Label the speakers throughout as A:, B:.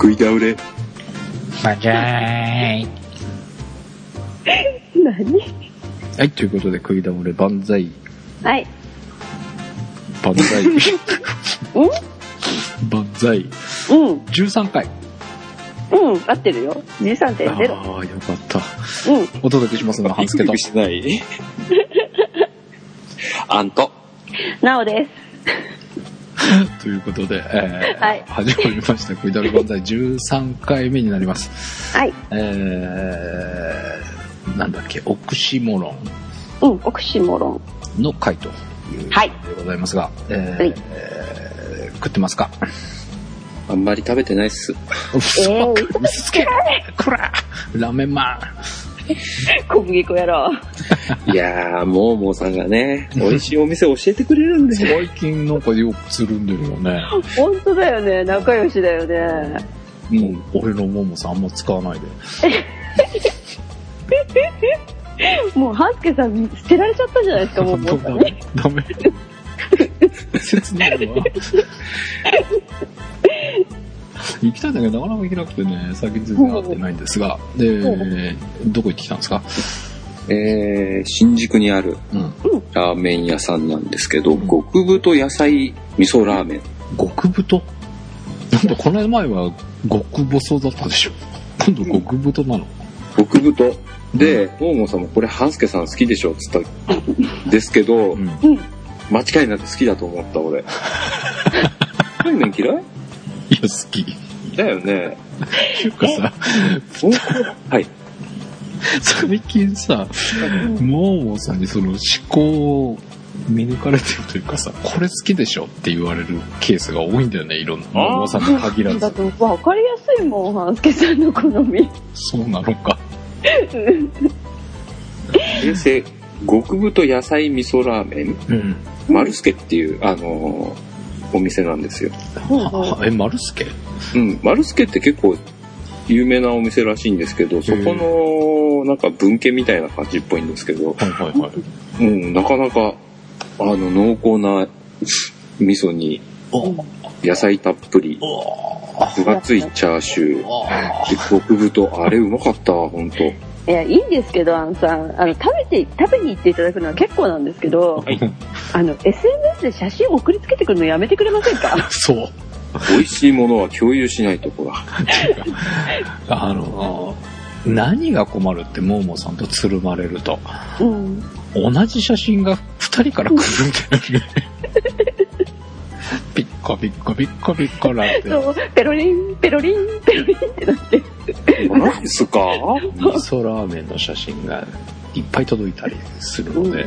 A: ギャウレ。
B: バンジャーイ。
C: 何
A: はい、ということで、食い倒れ万歳、
C: はい。
A: 万歳、
C: う
A: 万歳。
C: んうん。
A: 13回。
C: うん。合ってるよ。
A: ああ
C: 13.0。
A: ー、よかった。
C: うん。
A: お届けしますのは、半助と
D: ビクビク。しない あんと。
C: なおです。
A: ということで、えー
C: はい
A: 始まりました、食い倒れ万歳13回目になります。
C: はい。
A: えー、なんだっけ、オクシモロ
C: うん。オクシモロン。
A: ンの回というこ
C: はい。
A: とでございますが、えー
C: はい
A: えー食ってますか
D: あんまり食べてないっす。
A: 嘘
C: えー
A: か見せつけこらラーメンマン
C: 小麦粉やろう。
D: いやー、もうもうさんがね、美味しいお店教えてくれるんで。
A: 最近なんかよくつるんでるよね。
C: 本当だよね。仲良しだよね。
A: うん、俺のももさんあんま使わないで。
C: もう、ハンスケさん、捨てられちゃったじゃないですか、もう。も
A: 本
C: う
A: 当だダメ。切ないわ。行きたいんだけど、なかなか行けなくてね、最近全然会ってないんですが、で、どこ行ってきたんですか
D: えー、新宿にある
A: うん。
D: ラーメン屋さんなんですけ
A: う
D: ど、
A: ん
D: 極太野菜味噌ラーメン。
A: 極太なんだ、この前は極細だったでしょ。今度極太なの。
D: 極太。で、もうもうさんもこれ、半助さん好きでしょっつったんですけど、
A: ん。
D: 間違いなく好きだと思った、俺。ラーメン嫌い
A: いや、好き。
D: だよね。
A: ていうかさ、
D: はい。
A: 最近さ、もーもーさんにその思考を見抜かれてるというかさ、これ好きでしょって言われるケースが多いんだよね、いろんな。もーもーさんに限ら
C: だ
A: ず
C: っ。て、わかりやすいもん、ハンスケさんの好み。
A: そうなのか。
D: 平成、極太野菜味噌ラーメン、
A: うん。
D: 丸助っていう、あのーお店なんですよ。
A: はえ、丸助
D: うん、丸助って結構有名なお店らしいんですけど、そこの、なんか文献みたいな感じっぽいんですけど、
A: はいはいはい。
D: うん、なかなか、あの、濃厚な味噌に
A: お
D: 野菜たっぷり、
A: おあ
D: 分厚いチャーシュー、
A: あ
D: で極太、あれうまかったわ、ほんと。
C: いや、いいんですけど、あのさ、あの、食べて、食べに行っていただくのは結構なんですけど、
D: はい
C: あの、SNS で写真送りつけてくるのやめてくれません か
A: そう。
D: 美味しいものは共有しないとこだ。
A: あの、何が困るって、もーもーさんとつるまれると。
C: うん。
A: 同じ写真が2人から来るんだよね。ピッコピッコピッコピッコなんて。
C: そう、ペロリン、ペロリン、ペロリンってなって。
D: 何ですか
A: 味噌ラーメンの写真がいっぱい届いたりするので、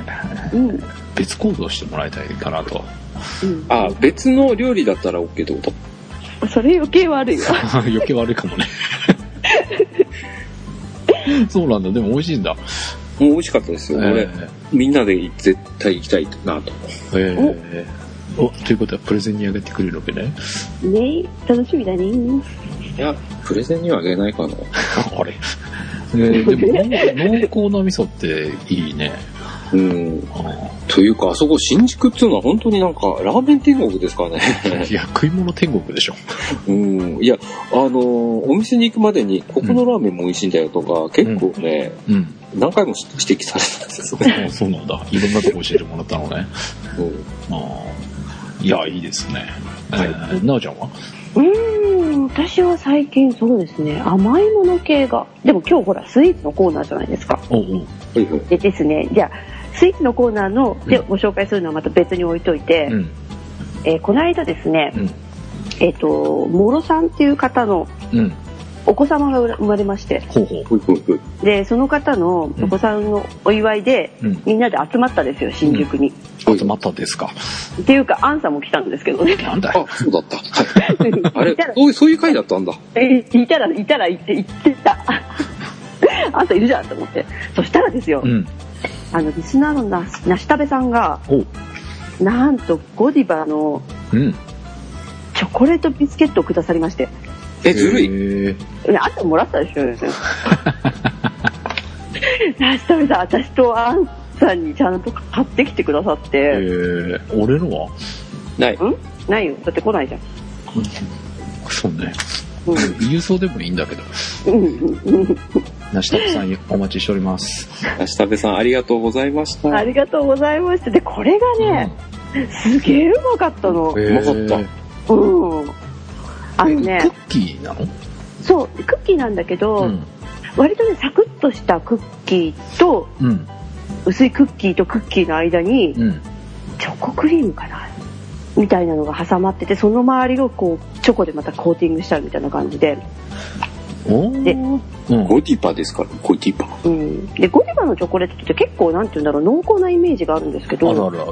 C: うん。うん。
A: 別行動してもらいたいかなと。
D: あ、別の料理だったら OK ってこと
C: それ余計悪いわ。
A: 余計悪いかもね。 そうなんだ、でも美味しいんだ。
D: もう美味しかったですよ。俺、
A: えー
D: みんなで絶対行きたいなと。
A: えーおということはプレゼンにあげてくれるわけね。
C: ね楽しみだね。
D: いや、プレゼンにはあげないかな。
A: あれ。えーでも濃厚な味噌っていいね。
D: うん。
A: あ
D: というか、あそこ新宿っていうのは本当になんか、ラーメン天国ですかね。
A: ーいや、食い物天国でしょ。
D: うん。いや、あのーお店に行くまでに、ここのラーメンも美味しいんだよとか、結構ね、
A: うん。
D: 何回も指摘されたんですよ。
A: あそうなんだ。いろんなとこ教えてもらったのね。
D: うん
A: あーいや、いいですね。えー、なおちゃんは
C: うーん、私は最近そうですね、甘いもの系が。でも今日ほら、スイーツのコーナーじゃないですか。
A: おうおう
D: はいはい。
C: でですね、じゃあ、スイーツのコーナーの、でご紹介するのはまた別に置いといて、
A: うん。
C: えーこの間ですね、
A: うん
C: えっ、と、もろさんっていう方の
A: うん。
C: お子様が生まれまして、
A: ほうほう。
D: ほいほいほい。
C: で、その方のお子さんのお祝いで、
A: うん。
C: みんなで集まったですよ、新宿に。
A: 集まったですか。
C: っていうか、アンさんも来たんですけどね。
A: なんだよ。
D: あ、そうだった。はい。あれ
C: いたら、
D: そうそういう回だったんだ。
C: えいたら、いたら、いて、行ってた。あんたいるじゃんと思って。そしたらですよ、
A: うん。
C: あの、リスナーのな、なしたべさんが、
A: ほう。
C: なんと、ゴディバの
A: うん。
C: チョコレートビスケットをくださりまして。
D: え、ずるい。
A: い。
C: ねあんたもらったでしょ。なしたべさん、私とアンさんにちゃんと買ってきてくださっ
A: え
C: て。
A: ー、俺のは
D: ない。
C: ないよ。だって来ないじゃん。
A: そうね。郵送でもいいんだけど。
C: うんうんうん
A: 梨田さん、お待ちしております。
D: 梨田部さん、ありがとうございました。
C: ありがとうございました。で、これがね、すげえうまかったの
A: う。
D: うまかった
C: うん。あの
A: ク
C: ね、
A: ッキーなの
C: そう、クッキーなんだけど、
A: うん。
C: 割とね、サクッとしたクッキーと、
A: うん。
C: 薄いクッキーとクッキーの間に、
A: うん。
C: チョコクリームかなみたいなのが挟まってて、その周りをこう、チョコでまたコーティングしたみたいな感じで。
A: お
C: で
A: ーうん。
D: ゴディパですから、ゴディパ。
C: うん。で、ゴディバのチョコレートって結構、なんて言うんだろう、濃厚なイメージがあるんですけ
A: あるあ
C: ど、
A: るある。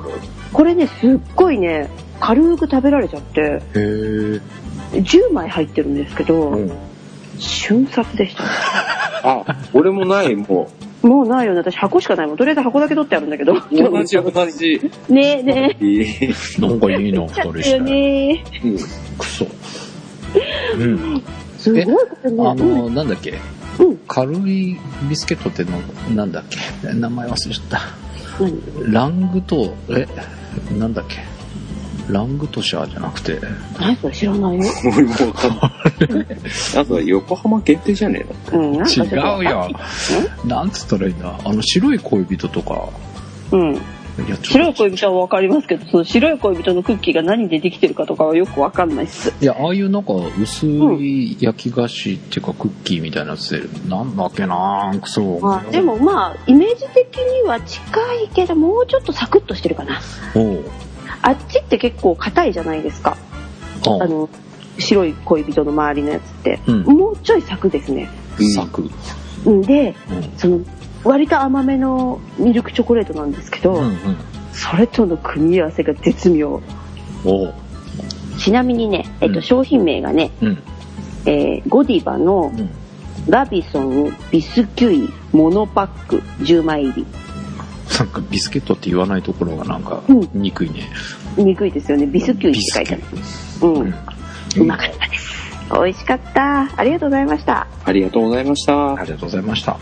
C: これね、すっごいね、軽く食べられちゃって、
A: へー
C: 10枚入ってるんですけど、
A: うん
C: 瞬殺でしたね。
D: あ、俺もない、も
C: もうないよね。私箱しかないもん。とりあえず箱だけ取ってあるんだけど。
D: う。同じ、同じ。
C: ねえね
A: なんかいいな、二
C: え。ちゃっ
A: 人
C: た
A: し
C: よ
A: て。
C: ね。
D: うん
A: くそ。うん。
C: すごいことね。
A: あの、なんだっけ
C: うん
A: 軽いビスケットっての、なんだっけ名前忘れちゃった。
C: うん
A: ラングと、え、なんだっけラングトシャーじゃなくて、
C: 何それ知らないよ。
D: 俺もわかん ない。あと横浜限定じゃねえの
C: うん。なんかちょ
A: 違
C: っと
A: うよ。なんつったらいいんだ。あの、白い恋人とか。
C: うん。
A: いや、ちょ
C: 白い恋人はわかりますけど、その白い恋人のクッキーが何でできてるかとかはよくわかんないっす。
A: いや、ああいうなんか薄い焼き菓子っていうかクッキーみたいなやつで、なんだっけなぁ、くそ。
C: まあ、でもまあ、イメージ的には近いけど、もうちょっとサクッとしてるかな。
A: おう。
C: あっちって結構硬いじゃないですか。あ
A: あ
C: の、白い恋人の周りのやつって。
A: うん。
C: もうちょいサクですね。
A: サク。
C: うんで、
A: うん
C: その割と甘めのミルクチョコレートなんですけど、
A: うんうん。
C: それとの組み合わせが絶妙
A: おう。
C: ちなみにね、えっ
A: う
C: と
A: ん
C: 商品名がね、
A: うん。
C: えーゴディバの
A: うん。
C: ガビソンビスキュイモノパック10枚入
A: なんかビスケットって言わないところがなんか
C: うん、
A: 憎いね。
C: り憎いですよねビスキュイって書いてあるうん、うまかったです美味しかったありがとうございました
D: ありがとうございました
A: あ。りがとうございました。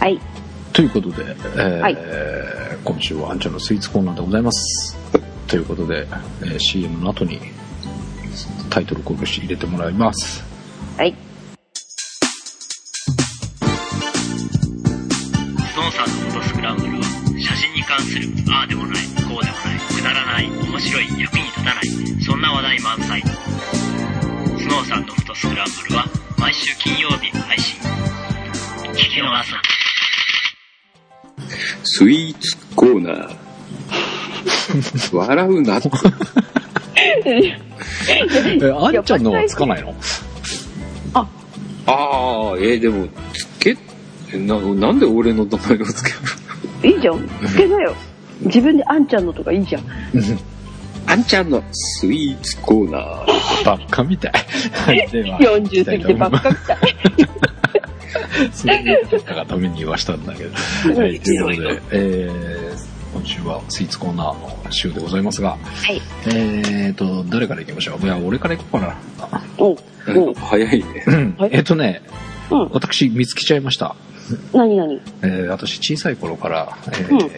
C: はい
A: ということで、えー
C: はい
A: 今週はアンチョのスイーツコーナーでございます。ということで、えー CM の後にタイトルコールし入れてもらいます。
C: はい
E: ノンさんのフォトスクランブルは写真に関するああでもないこうでもないくだらない面白い役に立たないそんな話題満載スノーさんのフォトスクランブルは毎週金曜日配信聞き逃すな
D: スイーツコーナー。笑う な。
A: えアンちゃんのはつかないの
D: ああ、えーでも、つけ、ななんで俺の名前をつける
C: いいじゃんつけなよ自分であんちゃんのとかいいじゃん
D: あんちゃんのスイーツコーナー。
A: ばっか みたい。はい、では、
C: 40過ぎてばっかみたい
A: そういう方がために言わしたんだ けど。はい、ということで、えー今週はスイーツコーナーの週でございますが、
C: はい
A: えーと、誰から行きましょういや、俺から行こうかな。
C: おう
D: なんか早いね。
A: うん
C: はい
A: えっとね、
C: うん
A: 私見つけちゃいました。
C: 何何
A: えー私小さい頃から、えー
C: うん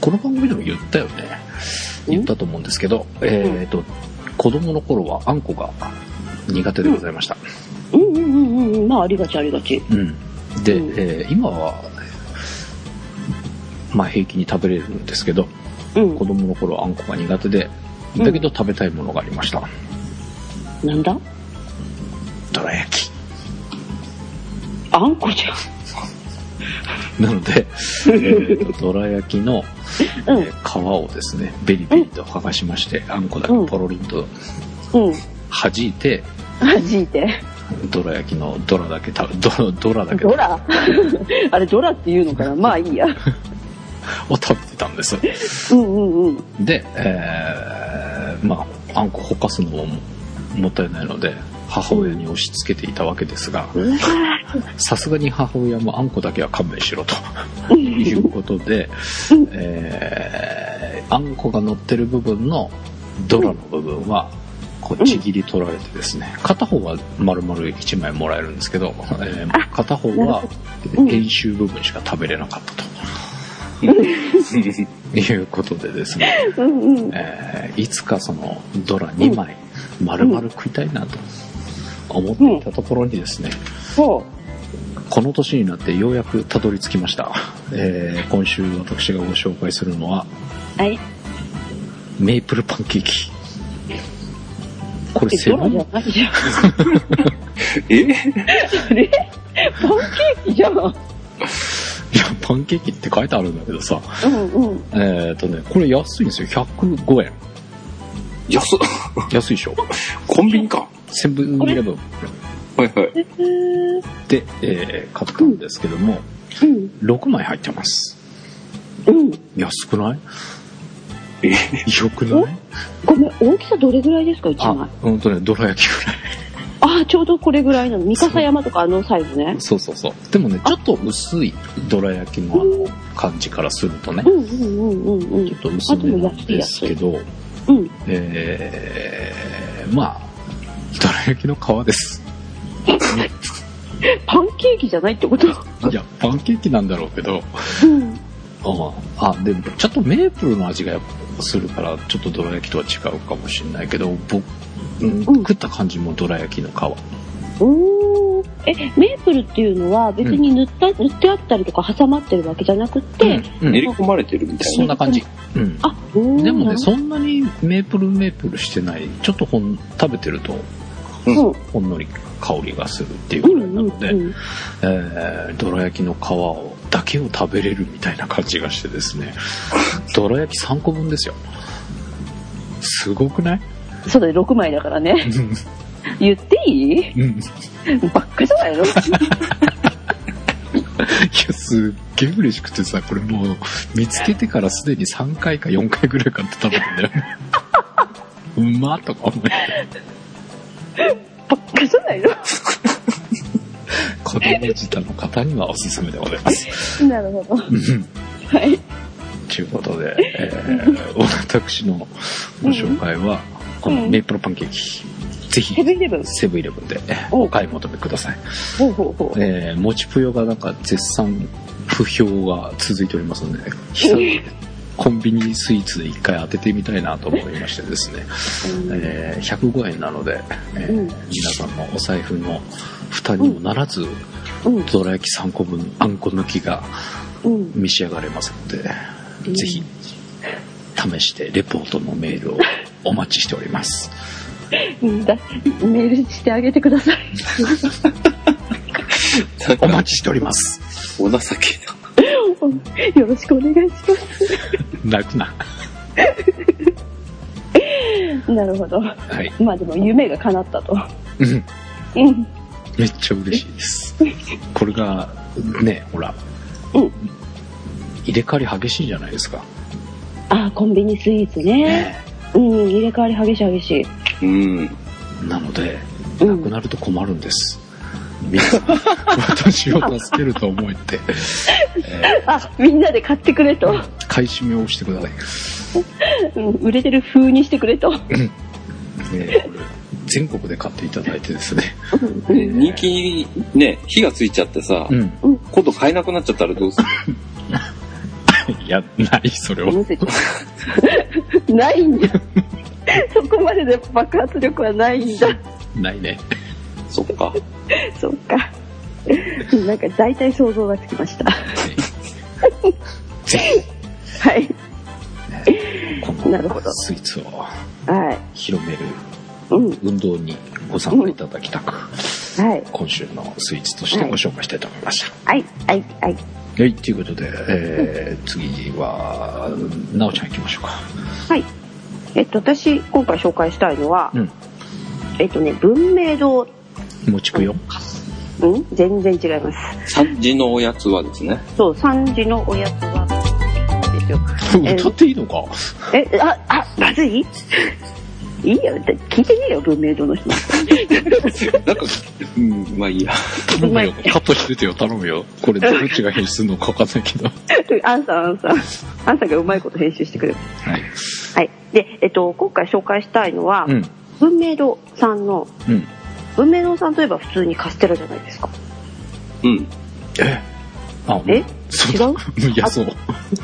A: この番組でも言ったよね言ったと思うんですけど、えーと子供の頃はあんこが苦手でございました、
C: うんうんうんうんまあありがちありがち
A: うんで、
C: うん
A: えー今はまあ平気に食べれるんですけど
C: うん
A: 子供の頃はあんこが苦手でだけど食べたいものがありました、
C: なんだ
A: どら焼き
C: あんこじ
A: なので、えーと、どら焼きの、
C: ゃん
A: えー皮をですねベリベリと剥がしまして、あんこだけポロリンと
C: うんうん
A: 弾いて、
C: 弾いて
A: どら焼きのドラだけ食べドラドラだけ
C: ド ラあれドラっていうのかなまあい いや
A: を食べてたんです
C: うんうんうん
A: で、えーまああんこほかすのももったいないので母親に押し付けていたわけですがさすがに母親もあんこだけは勘弁しろということで、えーあんこが乗ってる部分のドラの部分はこうちぎり取られてですね片方は丸々1枚もらえるんですけど、えー片方は
C: うん
A: 円周部分しか食べれなかったと。いうことでですね、
C: うんうん
A: えーいつかそのドラ2枚丸々食いたいなと思っていたところにですね、
C: そ
A: この年になってようやくたどり着きました。えー今週私がご紹介するのは、
C: う。はい。
A: メープルパンケーキ。これ
C: え、
A: セ
C: ド
A: ブ
C: ラじ
A: ン
C: ゃないじゃん。
D: え
C: それパンケーキじゃん。
A: いや、パンケーキって書いてあるんだけどさ。
C: うんうん。
A: えっ、とね、これ安いんですよ。105円。
D: 安っ
A: 安いでしょ。
D: コンビニか。
A: セブンイレブン
D: はいはい。
C: えー
A: で、えー買ったんですけども、
C: うん。
A: 6枚入ってます。
C: うん。
A: 安くない
D: え
A: 良くない
C: ごめん、大きさどれぐらいですか、一
A: あ。、
C: 枚
A: ほんとね、どら焼きぐらい。
C: ああ、ちょうどこれぐらいなの。三笠山とかあのサイズね。
A: そうそうそう。でもね、ちょっと薄いどら焼きのあの感じからするとね
C: う、んうんうんうんうん
A: ちょ。っと薄めなんですけど、
C: うん。
A: えー、まあ、どら焼きの皮です。
C: パンケーキじゃないって こと
A: いや、パンケーキなんだろうけど、
C: うん。
A: ああ、でもちょっとメープルの味がやっぱするから、ちょっとどら焼きとは違うかもしれないけど、僕、うん、食った感じもどら焼きの皮。
C: おーえ、メープルっていうのは別に塗った、塗ってあったりとか挟まってるわけじゃなくて、
A: うん、
D: 練り込まれてるみたい
A: そん
D: な。
A: な感じ。うん。
C: あ、おー
A: でも
C: な
A: ね、
C: る
A: そんなにメープルメープルしてない、ちょっとほん、食べてると、
C: ほど
A: ほんのり香りがするっていう
C: う
A: ぐらい
C: ん
A: な
C: うん
A: ので、
C: うん。
A: えー、どら焼きの皮を、だけを食べれるみたいな感じがしてです ね、どら焼き3個分ですよ。すごくない
C: そうだね、6枚だか らね。言っていい
A: うん。い
C: ばっかじゃないの
A: や、すっげえ嬉しくてさ、これもう、見つけてからすでに3回か4回ぐらい買って食べたんだよ ね。うまっとか思いながら
C: ばっかじゃないの
A: 子供舌の方にはおすすめでございます。
C: なるほど。
A: うん
C: はい。
A: ということ で、えー、私のご紹介は、このメープルパンケーキ、ぜひ
C: セ、ブンイレブン。
A: セブンイレブンでお買い求めください。
C: ほうほうほう。
A: えー、もちぷよがなんか絶賛不評が続いておりますので、久々 にコンビニスイーツで一回当ててみたいなと思いましてですね、えー、105円なので、えー
C: うん
A: 皆さんのお財布の蓋にもならず、
C: うん
A: どら焼き3個分あんこ抜きが
C: うん。
A: 召し上がれますので、
C: うん
A: ぜひ試してレポートのメールをお待ちしております。
C: うん。だメールしてあげてください。
D: なん
A: お
D: か
A: 待ちしております。
D: お情けだ。
C: よろしくお願いします。
A: 楽な。
C: なるほど。
A: はい。
C: まあでも夢が叶ったと。
A: うん
C: うん。
A: めっちゃ嬉しいです。これが、ね、ほら、
C: うん
A: 入れ替わり激しいじゃないですか。
C: あ、コンビニスイーツね。
A: ね
C: うん、入れ替わり激しい激しい。
D: うん。
A: なので、
C: う
A: なく
C: ん。
A: なると困るんです。皆さん、私を助けると思って、え
C: あ、みんなで買ってくれと。
A: ー買い占めをしてください。
C: うん、売れてる風にしてくれと。
A: ねこれ全国で買っていただいてですね。
D: ね人気にね、火がついちゃってさ、
A: うん。
D: 今度買えなくなっちゃったらどうする
A: いや、ない、それは。
C: むせちゃうない んだ。そこまでで爆発力はないんだ。
A: ないね。
D: そっか。
C: そっか。うんなんか大体想像がつきました。はい。
A: こ
C: なるほ
A: の
C: ど
A: スイーツを
C: はい。
A: 広める
C: うん。
A: 運動にご参加いただきたく、
C: はい。
A: 今週のスイーツとしてご紹介したいと思いました。
C: はい。はい。はい。
A: はい、ということで、えー、次は、なおちゃん行きましょうか。
C: はい。えっと、私、今回紹介したいのは、
A: うん
C: えっとね、文明堂、
A: もちぷよ。
C: うん全然違います。
D: 三時のおやつはですね。
C: そう、3時のおやつは、ですよ。え
A: 歌っていいのか
C: え、あ、あ、まずいいいよ、聞いてねえよ、文明堂の人。
D: なんか、うん、まあいいや。
A: 頼むよ。カットしててよ、頼むよ。これ、どっちが編集するのかわかんないけど。
C: アンさん、アンさん。アンさんがうまいこと編集してくれる。
A: はい。
C: はい。で、えっと、今回紹介したいのは、
A: うん。
C: 文明堂さんの、
A: うん。
C: 文明堂さんといえば普通にカステラじゃないですか。
D: うん。
A: えあ、
C: え
A: そうだ。いや、そう。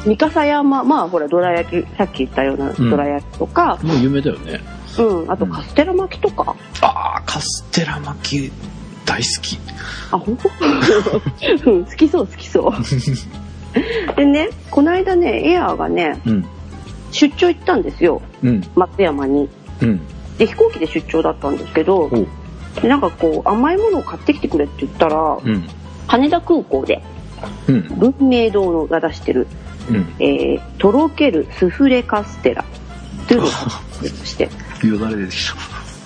C: 三笠山、まあほら、どら焼き、さっき言ったようなどら焼きとか、
A: もう有名だよね。
C: うん、あとカステラ巻きとか、
A: ああ、カステラ巻き大好き。
C: あ本当 うん好きそう好きそう でねこの間ねエアーがね
A: うん。
C: 出張行ったんですよ
A: うん。
C: 松山に
A: うん。
C: で飛行機で出張だったんですけど
A: おう。
C: でなんかこう甘いものを買ってきてくれって言ったら
A: うん。
C: 羽田空港で
A: うん。
C: 文明堂が出してる、
A: うん。
C: えーとろけるスフレカステラっていうの を買ってきまして
A: よだれ出てき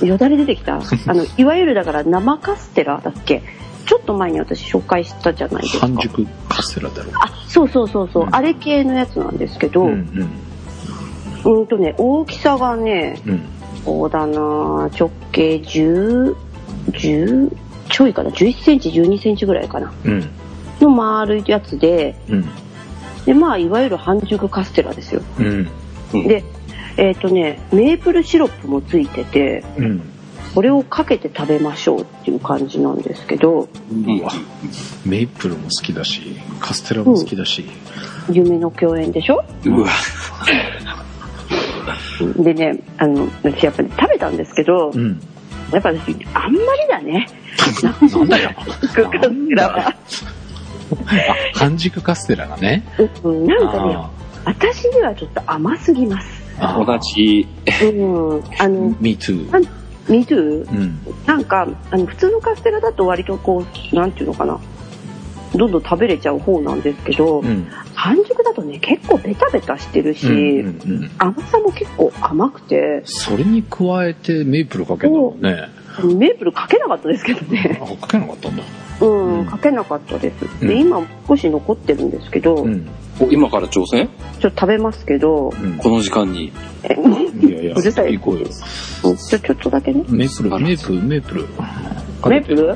A: た。
C: よだれ出てきたあのいわゆるだから生カステラだっけちょっと前に私紹介したじゃないですか
A: 半熟カステラだろ。
C: あそうそうそうそう、
A: うん
C: あれ系のやつなんですけど、
A: う
C: うんん、とね大きさがね
A: うん。うん。
C: そうだな直径1010ちょいかな11センチ12センチぐらいかな
A: うん。
C: の丸いやつで
A: うん。
C: でまあいわゆる半熟カステラですよ
A: うん。
C: でえっ、とねメープルシロップもついてて
A: うん。
C: これをかけて食べましょうっていう感じなんですけど
A: うわ。メイプルも好きだし、カステラも好きだし。
C: 夢の共演でしょ
D: うわ。
C: でねあの私やっぱり食べたんですけど
A: うん。
C: やっぱ私あんまりだね
A: なんだよ。
C: 肉カステラは
A: あ、半熟カステラがね。
C: うんなんかね
A: あ
C: 私にはちょっと甘すぎます
A: ーあー。
D: 同じ。
C: うんあの
A: Me too.
C: ミドゥ
A: うん。
C: なんかあの普通のカステラだと割とこうなんていうのかなどんどん食べれちゃう方なんですけど、
A: うん。
C: 半熟だとね結構ベタベタしてるし、
A: うん。うん。
C: 甘さも結構甘くて
A: それに加えてメイプルかけるのね。
C: メープルかけなかったですけどね
A: あ、かけなかったんだ。
C: うん
A: うん
C: かけなかったです、
A: う
C: で
A: ん
C: 今少し残ってるんですけど、
A: う
C: ちょ
A: ん。
D: お今から挑戦
C: っと食べますけど
A: うん。
D: この時間に。
C: え
A: いやいや、
C: うるさい
A: 行こうよ。
C: ちょちょっとだけね
A: メープル、メープル、メープル。
C: メープル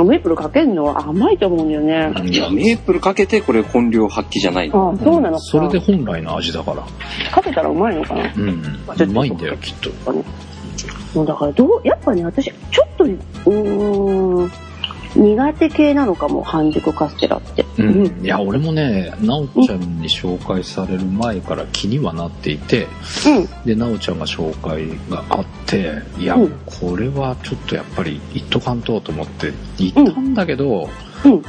A: うん。
C: メープルかけるのは甘いと思うんだよね
D: いや、メープルかけてこれ本領発揮じゃない。
C: ああそうなのか
A: それで本来の味だから。
C: かけたらうまいのかな
A: うん。うまいんだよ、きっと。
C: もうだからどうやっぱね私ちょっとうーん苦手系なのかも半熟カステラって
A: うん。いや、俺もね、なおちゃんに紹介される前から気にはなっていて、で、なおちゃんが紹介があって、いや
C: うん、
A: これはちょっとやっぱり行っとかんとと思って、行ったんだけど、
C: うん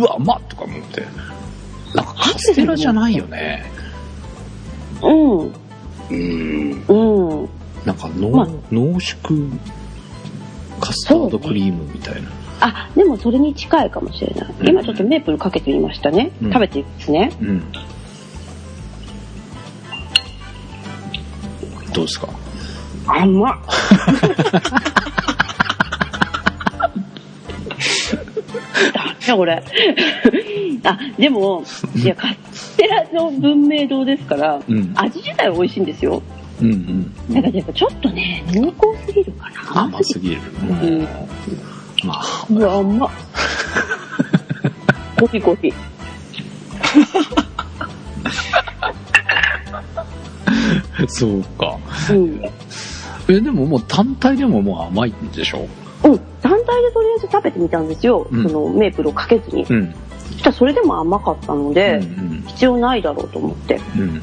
A: うわ、うまっとか思って。なんかカステラじゃないよね。
C: うんうん
D: うん。
C: うん
A: なんか
C: まあ
A: 濃濃縮カスタードクリームみたいな。
C: あでもそれに近いかもしれない、
A: うん
C: 今ちょっとメープルかけてみましたね、
A: うん
C: 食べてみますね
A: うん。どうですか
C: 甘っだめこれ あでもいやカステラの文明堂ですから
A: うん。
C: 味自体は美味しいんですよ
A: うんうん。
C: だからやっぱちょっとね濃厚すぎるかな
A: 甘すぎる。
C: う
A: うん
C: ん
A: まあ、
C: うわ甘っコーヒーコーヒー
A: そうか。
C: うん
A: え、でももう単体でももう甘いんでしょ
C: うん、単体でとりあえず食べてみたんですよ、
A: うん
C: そのメープルをかけずに
A: うん。
C: そしたらそれでも甘かったの
A: うんう
C: で、
A: ん。
C: 必要ないだろうと思って、
A: うんうん。
C: うん、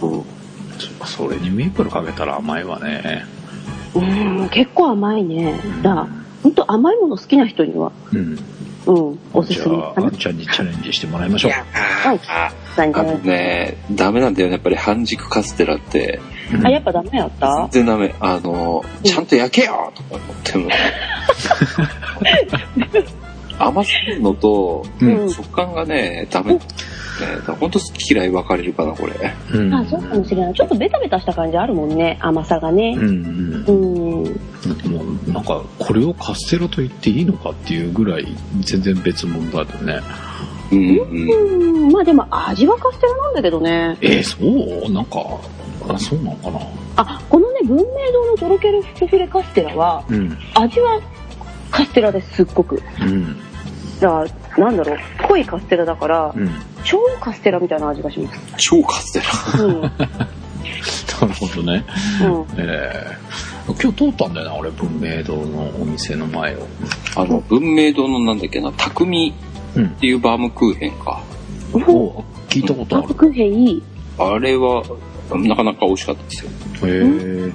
A: そっかそれにメープルかけたら甘いわね。
C: うん結構甘いね
A: ん
C: だから本当甘いもの好きな人には、
A: うん。
C: うん、おす
A: じゃ
C: すめ
A: あ、
C: か
A: あ
C: なん
A: ちゃんにチャレンジしてもらいましょう。
C: なんじ
D: あ
C: ゃな
D: の
C: い
D: ね、ダメなんだよね。やっぱり半熟カステラって。
A: うん
C: あやっぱダメやった
D: 全然ダメ。あの、ちゃんと焼けよとか思っても。甘すぎるのと、
A: うん
D: 食感がね、ダメ。ね、だから本当好き嫌い分かれるかな、これ。
A: うん。
C: あそうかもしれないちょっとベタベタした感じあるもんね甘さがね
A: うんうん。
C: う
A: も
C: ん、
A: うなんかこれをカステラと言っていいのかっていうぐらい全然別物だよね
D: うん、うん。
C: うん、まあでも味はカステラなんだけどね
A: えー、そうなんかあそうなのかな
C: あこのね文明堂のとろけるスフレカステラは
A: うん
C: 味はカステラですすっごく
A: うん
C: だからなんだろう濃いカステラだから
A: うん
C: 超カステラみたいな味がします
D: 超カステラ。
C: うん、
A: なるほどね
C: うん、
A: えー、今日通ったんだよな俺文明堂のお店の前を
D: あの、文明堂のなんだっけな、匠
A: うん
D: っていうバームクーヘンか。
A: お聞いたことあ
C: バ
A: る
C: ームクーヘンいい
D: あれは、なかなか美味しかったですよ。
A: へえ。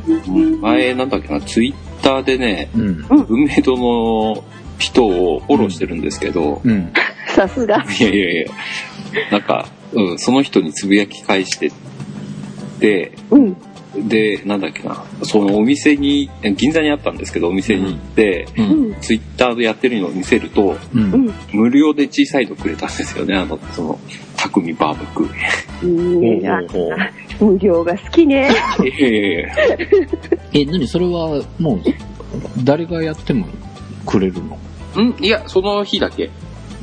D: 前、なんだっけな、ツイッターでね、
A: うん。
D: 文明堂の人をフォローしてるんですけど、
A: うん。
C: さすが。
D: いやいやいや、なんか、うん、その人につぶやき返してって、
C: うん。
D: で、なんだっけな、そのお店に、銀座にあったんですけど、お店に行って、
A: う。
C: うんん。
D: ツイッターでやってるのを見せると、
A: う。
C: うんん。
D: 無料で小さいのくれたんですよね、あの、その、匠バームクー
C: いいね。あ
A: ほうほうほう
C: 無料が好きね。
D: ヘン。いやいやいや
A: え、何それは、もう、誰がやってもくれるの
D: うん、いや、その日だけ。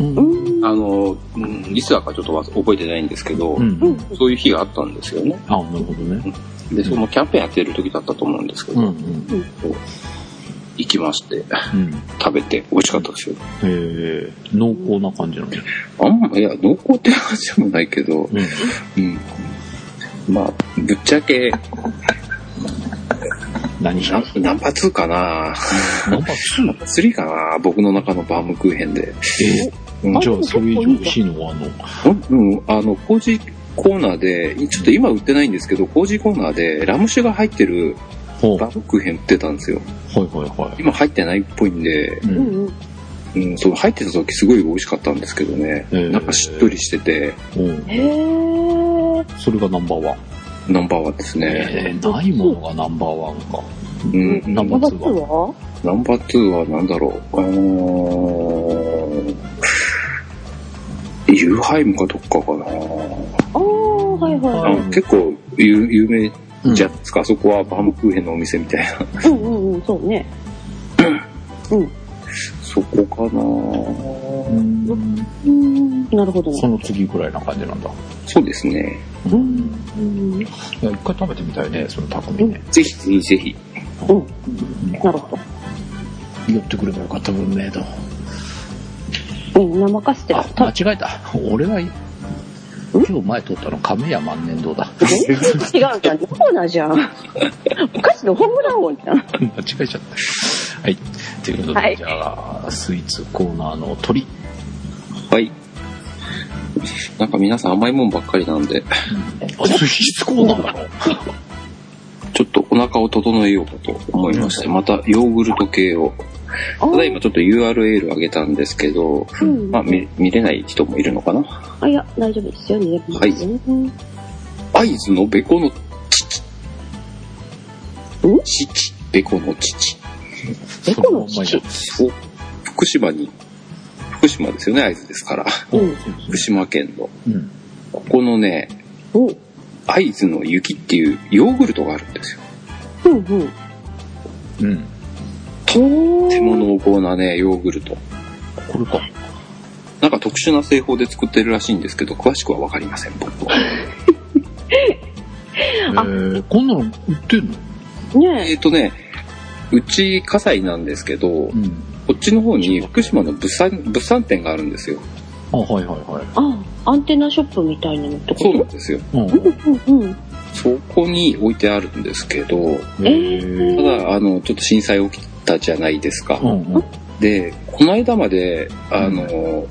A: う
C: う。ん。
D: あの、うん、いつだかちょっとわ覚えてないんですけど、
A: う。
C: うんん。
D: そういう日があったんですよね。
A: あ、なるほどね。
D: で、そのキャンペーンやってる時だったと思うんですけ
A: う
D: ど、
A: んうん。
D: 行きまして、
A: うん。
D: 食べて美味しかったです
A: へ
D: よ。
A: え。濃厚な感じなの
D: あんま、いや、濃厚って話でもないけど、
A: うん。
D: うん。まあ、ぶっちゃけ、
A: 何
D: ナンナンパ2かな
A: ナンパ
D: ナンパ3かな僕の中のバームクーヘンで。
A: え
D: うん
A: じゃあ、それ以上美味しいのは、あの、
D: うん、うんあの、工事コーナーで、ちょっと今売ってないんですけど、工事コーナーでラム酒が入ってる
A: ほう。は
D: バームクーヘン売ってたんですよ。
A: いはいは
D: 今入ってないっぽいんで、
A: い。う。
C: うんん。うん。
D: うん、そう、入ってた時すごい美味しかったんですけどね。
A: えー
D: なんかしっとりしてて、
A: うん。
C: へー。
A: それがナンバーワン。
D: ナンバーワンですね。
A: えー、ないものがナンバーワンか。
D: うん、
A: ナンバー
C: ナンバ
A: ツ
C: ー
A: ーは。
C: 2は
D: ナンバー2は何だろうあのー、ユーハイムかどっかかな、
C: あー、はいは
A: うん
D: あ結構有有名
A: うん
D: じゃないですか、あそこはバームクーヘンのお店みたいな。
C: い。うんうんうん、そうね。
D: そこか
A: う
D: な
A: ん
C: うん。なるほどね
A: そ。の次ぐらいな感じなんだ。
D: そうですね。
A: う
C: うんん。うん。
A: いや一回食べてみたいね、その匠ね。
D: ぜひぜひぜひ。
C: なるほ
A: 寄ってくればよかった、文明堂。
C: ど。うん、生かして
A: あ
C: た。、
A: 間違えた。俺は、今日前通ったの亀屋万年堂だ。
C: 全然違うじゃん。コーナーじゃん。お菓子のホームラン王じゃん。
A: 間違えちゃった。はい。ということで、
C: はい
A: じゃあ、スイーツコーナーの鳥。
D: はい。なんか皆さん甘いもんばっかりなんで、
A: あ、スイーツコーナーなの
D: ちょっとお腹を整えようかと思いまして、またヨーグルト系を。た
C: あ
D: だ
C: ー
D: 今ちょっと URL 上げたんですけど、
C: うん
D: まあ見見れない人もいるのかな。
C: あ、いや、大丈夫ですよ。逃げ
D: はい
C: うん
D: 会津のべこの父。
C: ん
D: 父。べこの父。
C: どこの
A: そま
C: 父
A: んま
D: を福島に、福島ですよね、会津ですから。
C: うん。
D: 福島県の。
A: じゃんうん。
D: ここのね、
C: お
D: 会津の雪っていうヨーグルトがあるんですよ。
C: うんうん。
A: うん。
C: と
D: 手物濃厚なね、ヨーグルト。
A: これか。
D: なんか特殊な製法で作ってるらしいんですけど、詳しくはわかりません、僕は。
A: えー、こんなの売ってんの
C: ね
D: えっとね、うち、火災なんですけど、こ
A: ん。
D: っちの方に福島の物産、物産展があるんですよ。
A: あ、はいはいはい。
C: あ、アンテナショップみたいなのってこ
D: そうなん
C: と
D: ですよ。
A: うん。
C: うんうん。
D: そこに置いてあるんですけど、
A: えー
D: ただ、あの、ちょっと震災起きたじゃないですか。
A: うんうん。
D: で、この間まで、あの、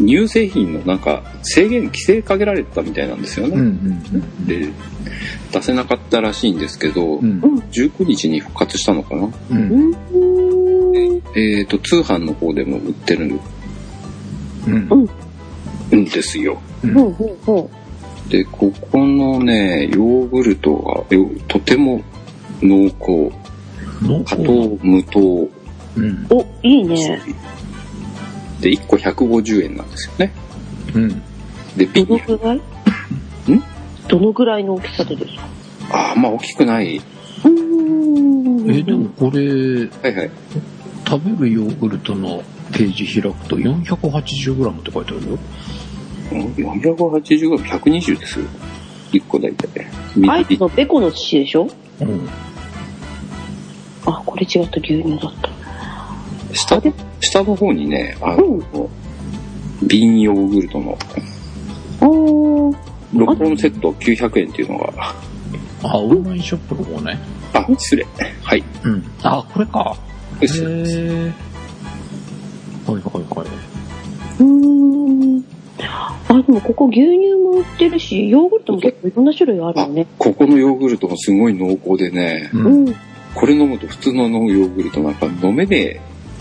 D: 乳製品のなんか制限、規制かけられてたみたいなんですよ
A: うんう
D: ね。
A: ん
D: で、出せなかったらしいんですけど、
A: うん。
C: うん
D: 19日に復活したのかな
A: うん。
C: うんうん。
D: えっ、と、通販の方でも売ってる
A: うん。
D: んですよ。
C: ほうほうほ
D: で、ここのね、ヨーグルトがよとても濃厚。
A: 濃
D: 加
A: 厚。
D: 糖、無糖。
A: うん。
C: う。お、いいね。
D: で、1個150円なんですよね。
A: うん。
D: で、ピ
C: ど
D: ンに
C: の、ぐらいんどのぐらいの大きさでですか
D: ああ、まあ大きくない。
C: うーん。
A: え、でもこれ、
D: はいはい。
A: 食べるヨーグルトのページ開くと 480g って書いてあるよ。
D: 480g、120ですよ。1個大体。
C: ア
D: 水
C: イス
D: ピ
C: のベコの父でしょ
A: うん。
C: あ、これ違った牛乳だった。
D: 下の、下の方にね、あの、
C: うん。
D: 瓶ヨーグルトの
C: おー。
D: 6本セット900円っていうのが、
A: あ、オンラインショップの方ね。
D: あ、失礼。はい。
A: うん。あ、これか。へ
D: 失礼です
A: ー。はいはいはい。
C: うーん。あ、でもここ牛乳も売ってるし、ヨーグルトも結構いろんな種類あるよね。
D: ここのヨーグルトもすごい濃厚でね、
A: う。
C: うんん。
D: これ飲むと普通のヨーグルトなんか飲めね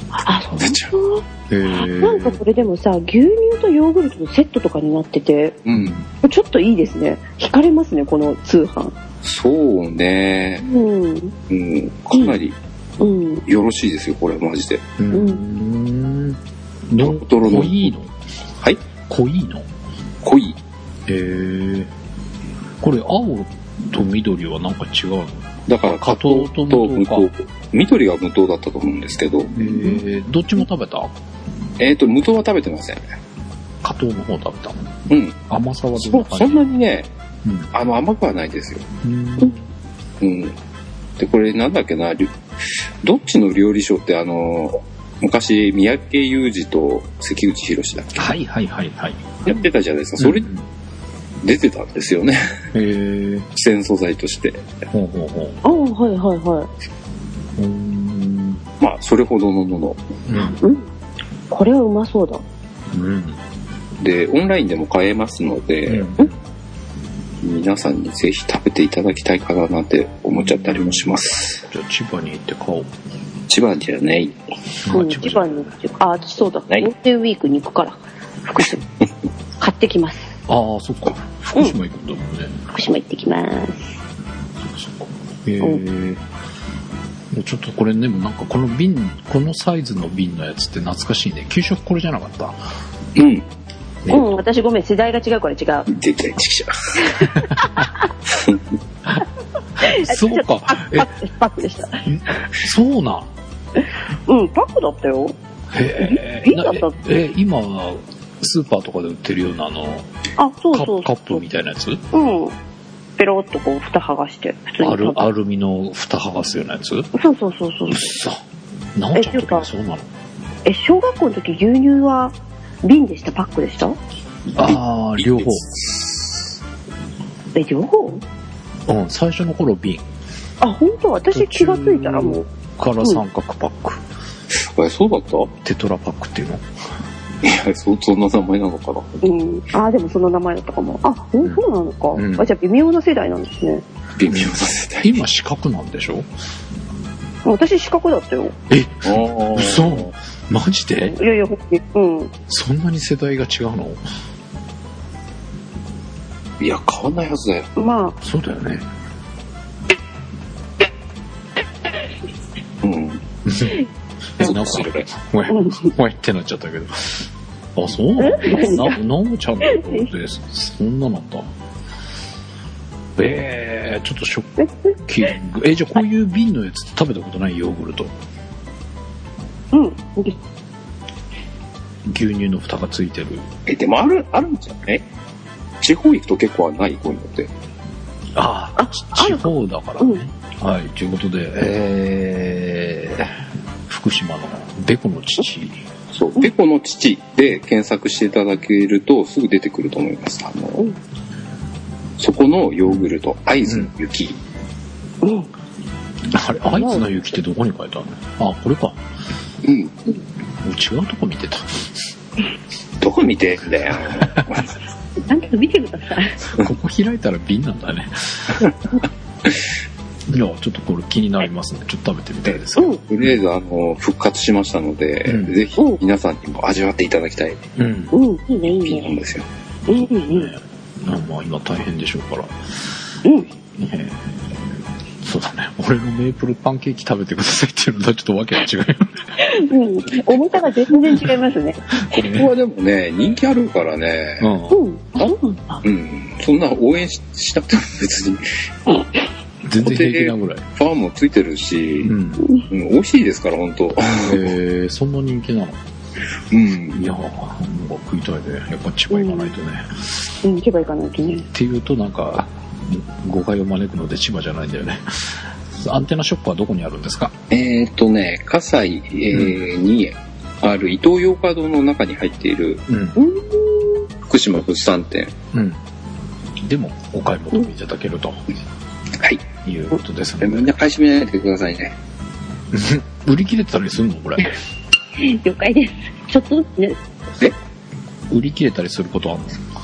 C: あ、
D: えなっちゃう。
C: そう。
A: え
C: なんか
A: ー
C: これでもさ、牛乳とヨーグルトのセットとかになってて、
D: うん。
C: ちょっといいですね。惹かれますね、この通販。
D: そうね。
C: うん。
D: うん。かなり
C: うん。
D: よろしいですよ、これ、マジで。
A: うん。ど
D: ドロドロの
A: 濃いの
D: はい
A: 濃いの
D: 濃い。
A: えー、これ青と緑はなんか違うの
D: だから、
A: 加
D: 加
A: 藤
D: 藤
A: と
D: と
A: 無
D: 無
A: 糖
D: 糖
A: か。
D: 緑が無糖だったと思うんですけど、
A: えー、どっちも食べた
D: えっ、と、無糖は食べてません。
A: 加藤の方食べたの
D: うん。
A: 甘さはどん
D: そ
A: な
D: そ
A: 感
D: んなにね、
A: うん
D: あの、甘くはないですよ。
A: じうん
D: うん。で、これなんだっけな、りゅどっちの料理賞ってあの、昔、三宅裕二と関口宏だっ
A: はいはいはいはい。
D: けやってたじゃないですか。それ
A: うん
D: 出てたんですよね。
A: えー、
D: 自然素材として。
A: ほうほうほう。
C: ああ、はいはいは
A: うーん。
D: まあ、それほどのもの。
A: うん
C: い。うん。これはうまそうだ。
A: うん。
D: で、オンラインでも買えますので、皆さんにぜひ食べていただきたいかななんて思っちゃったりもします。
A: じゃあ千葉に行って買おう。
D: 千葉じゃない。
C: うん、一番に行く。あ、私そうだ。ゴ
D: はい
C: ールデンウィークに行くから。福 島。買ってきます。
A: ああ、そっか。福島行くんだもんね。
C: 福島行ってきます。
A: そっか。えーちょっとこれでもなんかこの瓶、このサイズの瓶のやつって懐かしいね。給食これじゃなかった
D: うん。
A: え
C: うん、私ごめん、世代が違うから違う。
D: 出てきちゃ
A: そうか。え、
C: パックでした。
A: そうなん。
C: うん、パックだったよ。
A: へ
C: 瓶
A: え
C: 瓶だったっ。け
A: え、今、スーパーとかで売ってるようなあの、
C: あ、そう
A: カ
C: そう
A: ッカップみたいなやつ
C: うん。ペロッとこう、蓋剥がして、普通に
A: アル
C: 食べ
A: アルミの蓋剥がすようなやつうっ
C: そうそうそうそう。
A: そ。なおちゃんの時もそうなの
C: え、小学校の時牛乳は瓶でしたパックでした
A: ああ、両方。
C: え、両方
A: うん、最初の頃瓶。
C: あ、本当私気がついたらもう。
A: 途中から三角パック。
D: う。え、そうだった
A: テトラパックっていうの
D: いや、そそんな名前なのかな。
C: うん。あ、でもその名前だったかも。あ、ほんそうなのか。
A: うん
C: あ、じゃあ微妙な世代なんですね。
D: 微妙な世代。
A: 今四角なんでしょ
C: 私四角だったよ。
D: ああ
A: 嘘マジで
C: いやいや、ほんとに。うん。
A: そんなに世代が違うの
D: いや、変わんないはずだよ。
C: ま
A: そうだよね。
D: うん。
A: え、
D: そ
A: なん
D: う
A: か
D: そ、れ。
A: お
C: あ、う
A: い、
C: ん。
A: おいってなっちゃったけど。あ、そうなのな、なおちゃんのことって、そんななんだ。えー、ちょっとショッキング。え、じゃあこういう瓶のやつって食べたことないヨーグルト。
C: うん。
A: 牛乳の蓋がついてる。
D: え、でもある、あるんじゃない地方行くと結構はない、こういうのって。
A: ああ、地方だからね。はい、ということで、えー、福島のデコの父。
D: そう。ペコの父で検索していただけるとすぐ出てくると思います。あの、
C: うん
D: そこのヨーグルト、会津の雪。
C: うん。
A: あれ、あいつの雪ってどこに書いてあるのあ、これか。
D: うん。
A: 違うとこ見てた。
D: どこ見てんだよ。
C: ちゃんと見てください。
A: ここ開いたら瓶なんだね。 いや、ちょっとこれ気になりますね。ちょっと食べてみたいですけど。
D: とりあえず、あの、復活しましたので、
A: うん
D: ぜひ皆さんにも味わっていただきたい
A: うん。
C: うん。いいね、いい
D: ピンなん
C: ね。
D: ですよ。
C: うん、うん、
A: あまあ今大変でしょうから。
C: うん。
A: えーそうだね。俺のメープルパンケーキ食べてくださいっていうのとはちょっとわけが違うよね。
C: うん。重さが全然違いますね。
D: ここはでもね、人気あるからね、
A: う
C: うん。そうなんだ。
D: うん。そんな応援ししなくても別に、 フ
A: ん。全然平気なぐらい。
D: ァンもついてるし、
A: うん。
D: うん、美味しいですから、本当
A: えー、そんな人気なの
D: うん
A: い。やー、もう食いたいね。やっぱ千葉行かないとね。
C: うん、行けば行かないとね。
A: っていうとなんか誤解を招くので千葉じゃないんだよね アンテナショップはどこにあるんですか
D: えーっ、とね、葛西、えーにある伊東洋華堂の中に入っている
A: うん
C: うん。
D: 福島物産店。
A: うんでもお買い求めいただけると
D: はい。
A: いうことです
D: え
A: の
D: み ん
A: で
D: な買い占めないでくださいね。
A: 売り切れてたりするのこれ
C: 了解です。ちょっとずつね。
A: 売り切れたりすることはあるんですか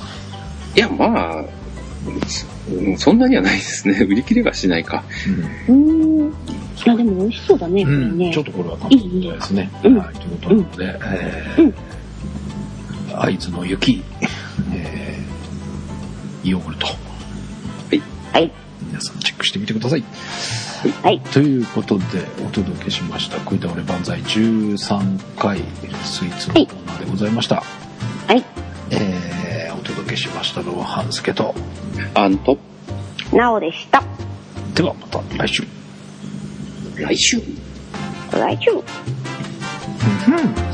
D: いや、まあ、うんそんなにはないですね。売り切れはしないか。
C: うーん。あ、でも美味しそうだね、こ
A: う
C: れ
A: ん
C: ね。
A: ちょっとこれは楽しみたいですね。
C: うん
A: はい、ということなので、えー会津の雪、えーヨーグルト、
C: はい。
A: 皆さんチェックしてみてください。
C: はい。
A: ということで、お届けしました、食い倒れ万歳13回、スイーツのコーナーでございました。
C: はい。
A: えーお届けしましたのは半助と、
D: あんと、
C: なおでした。
A: ではまた来週。
D: 来週
C: 来週。
A: うん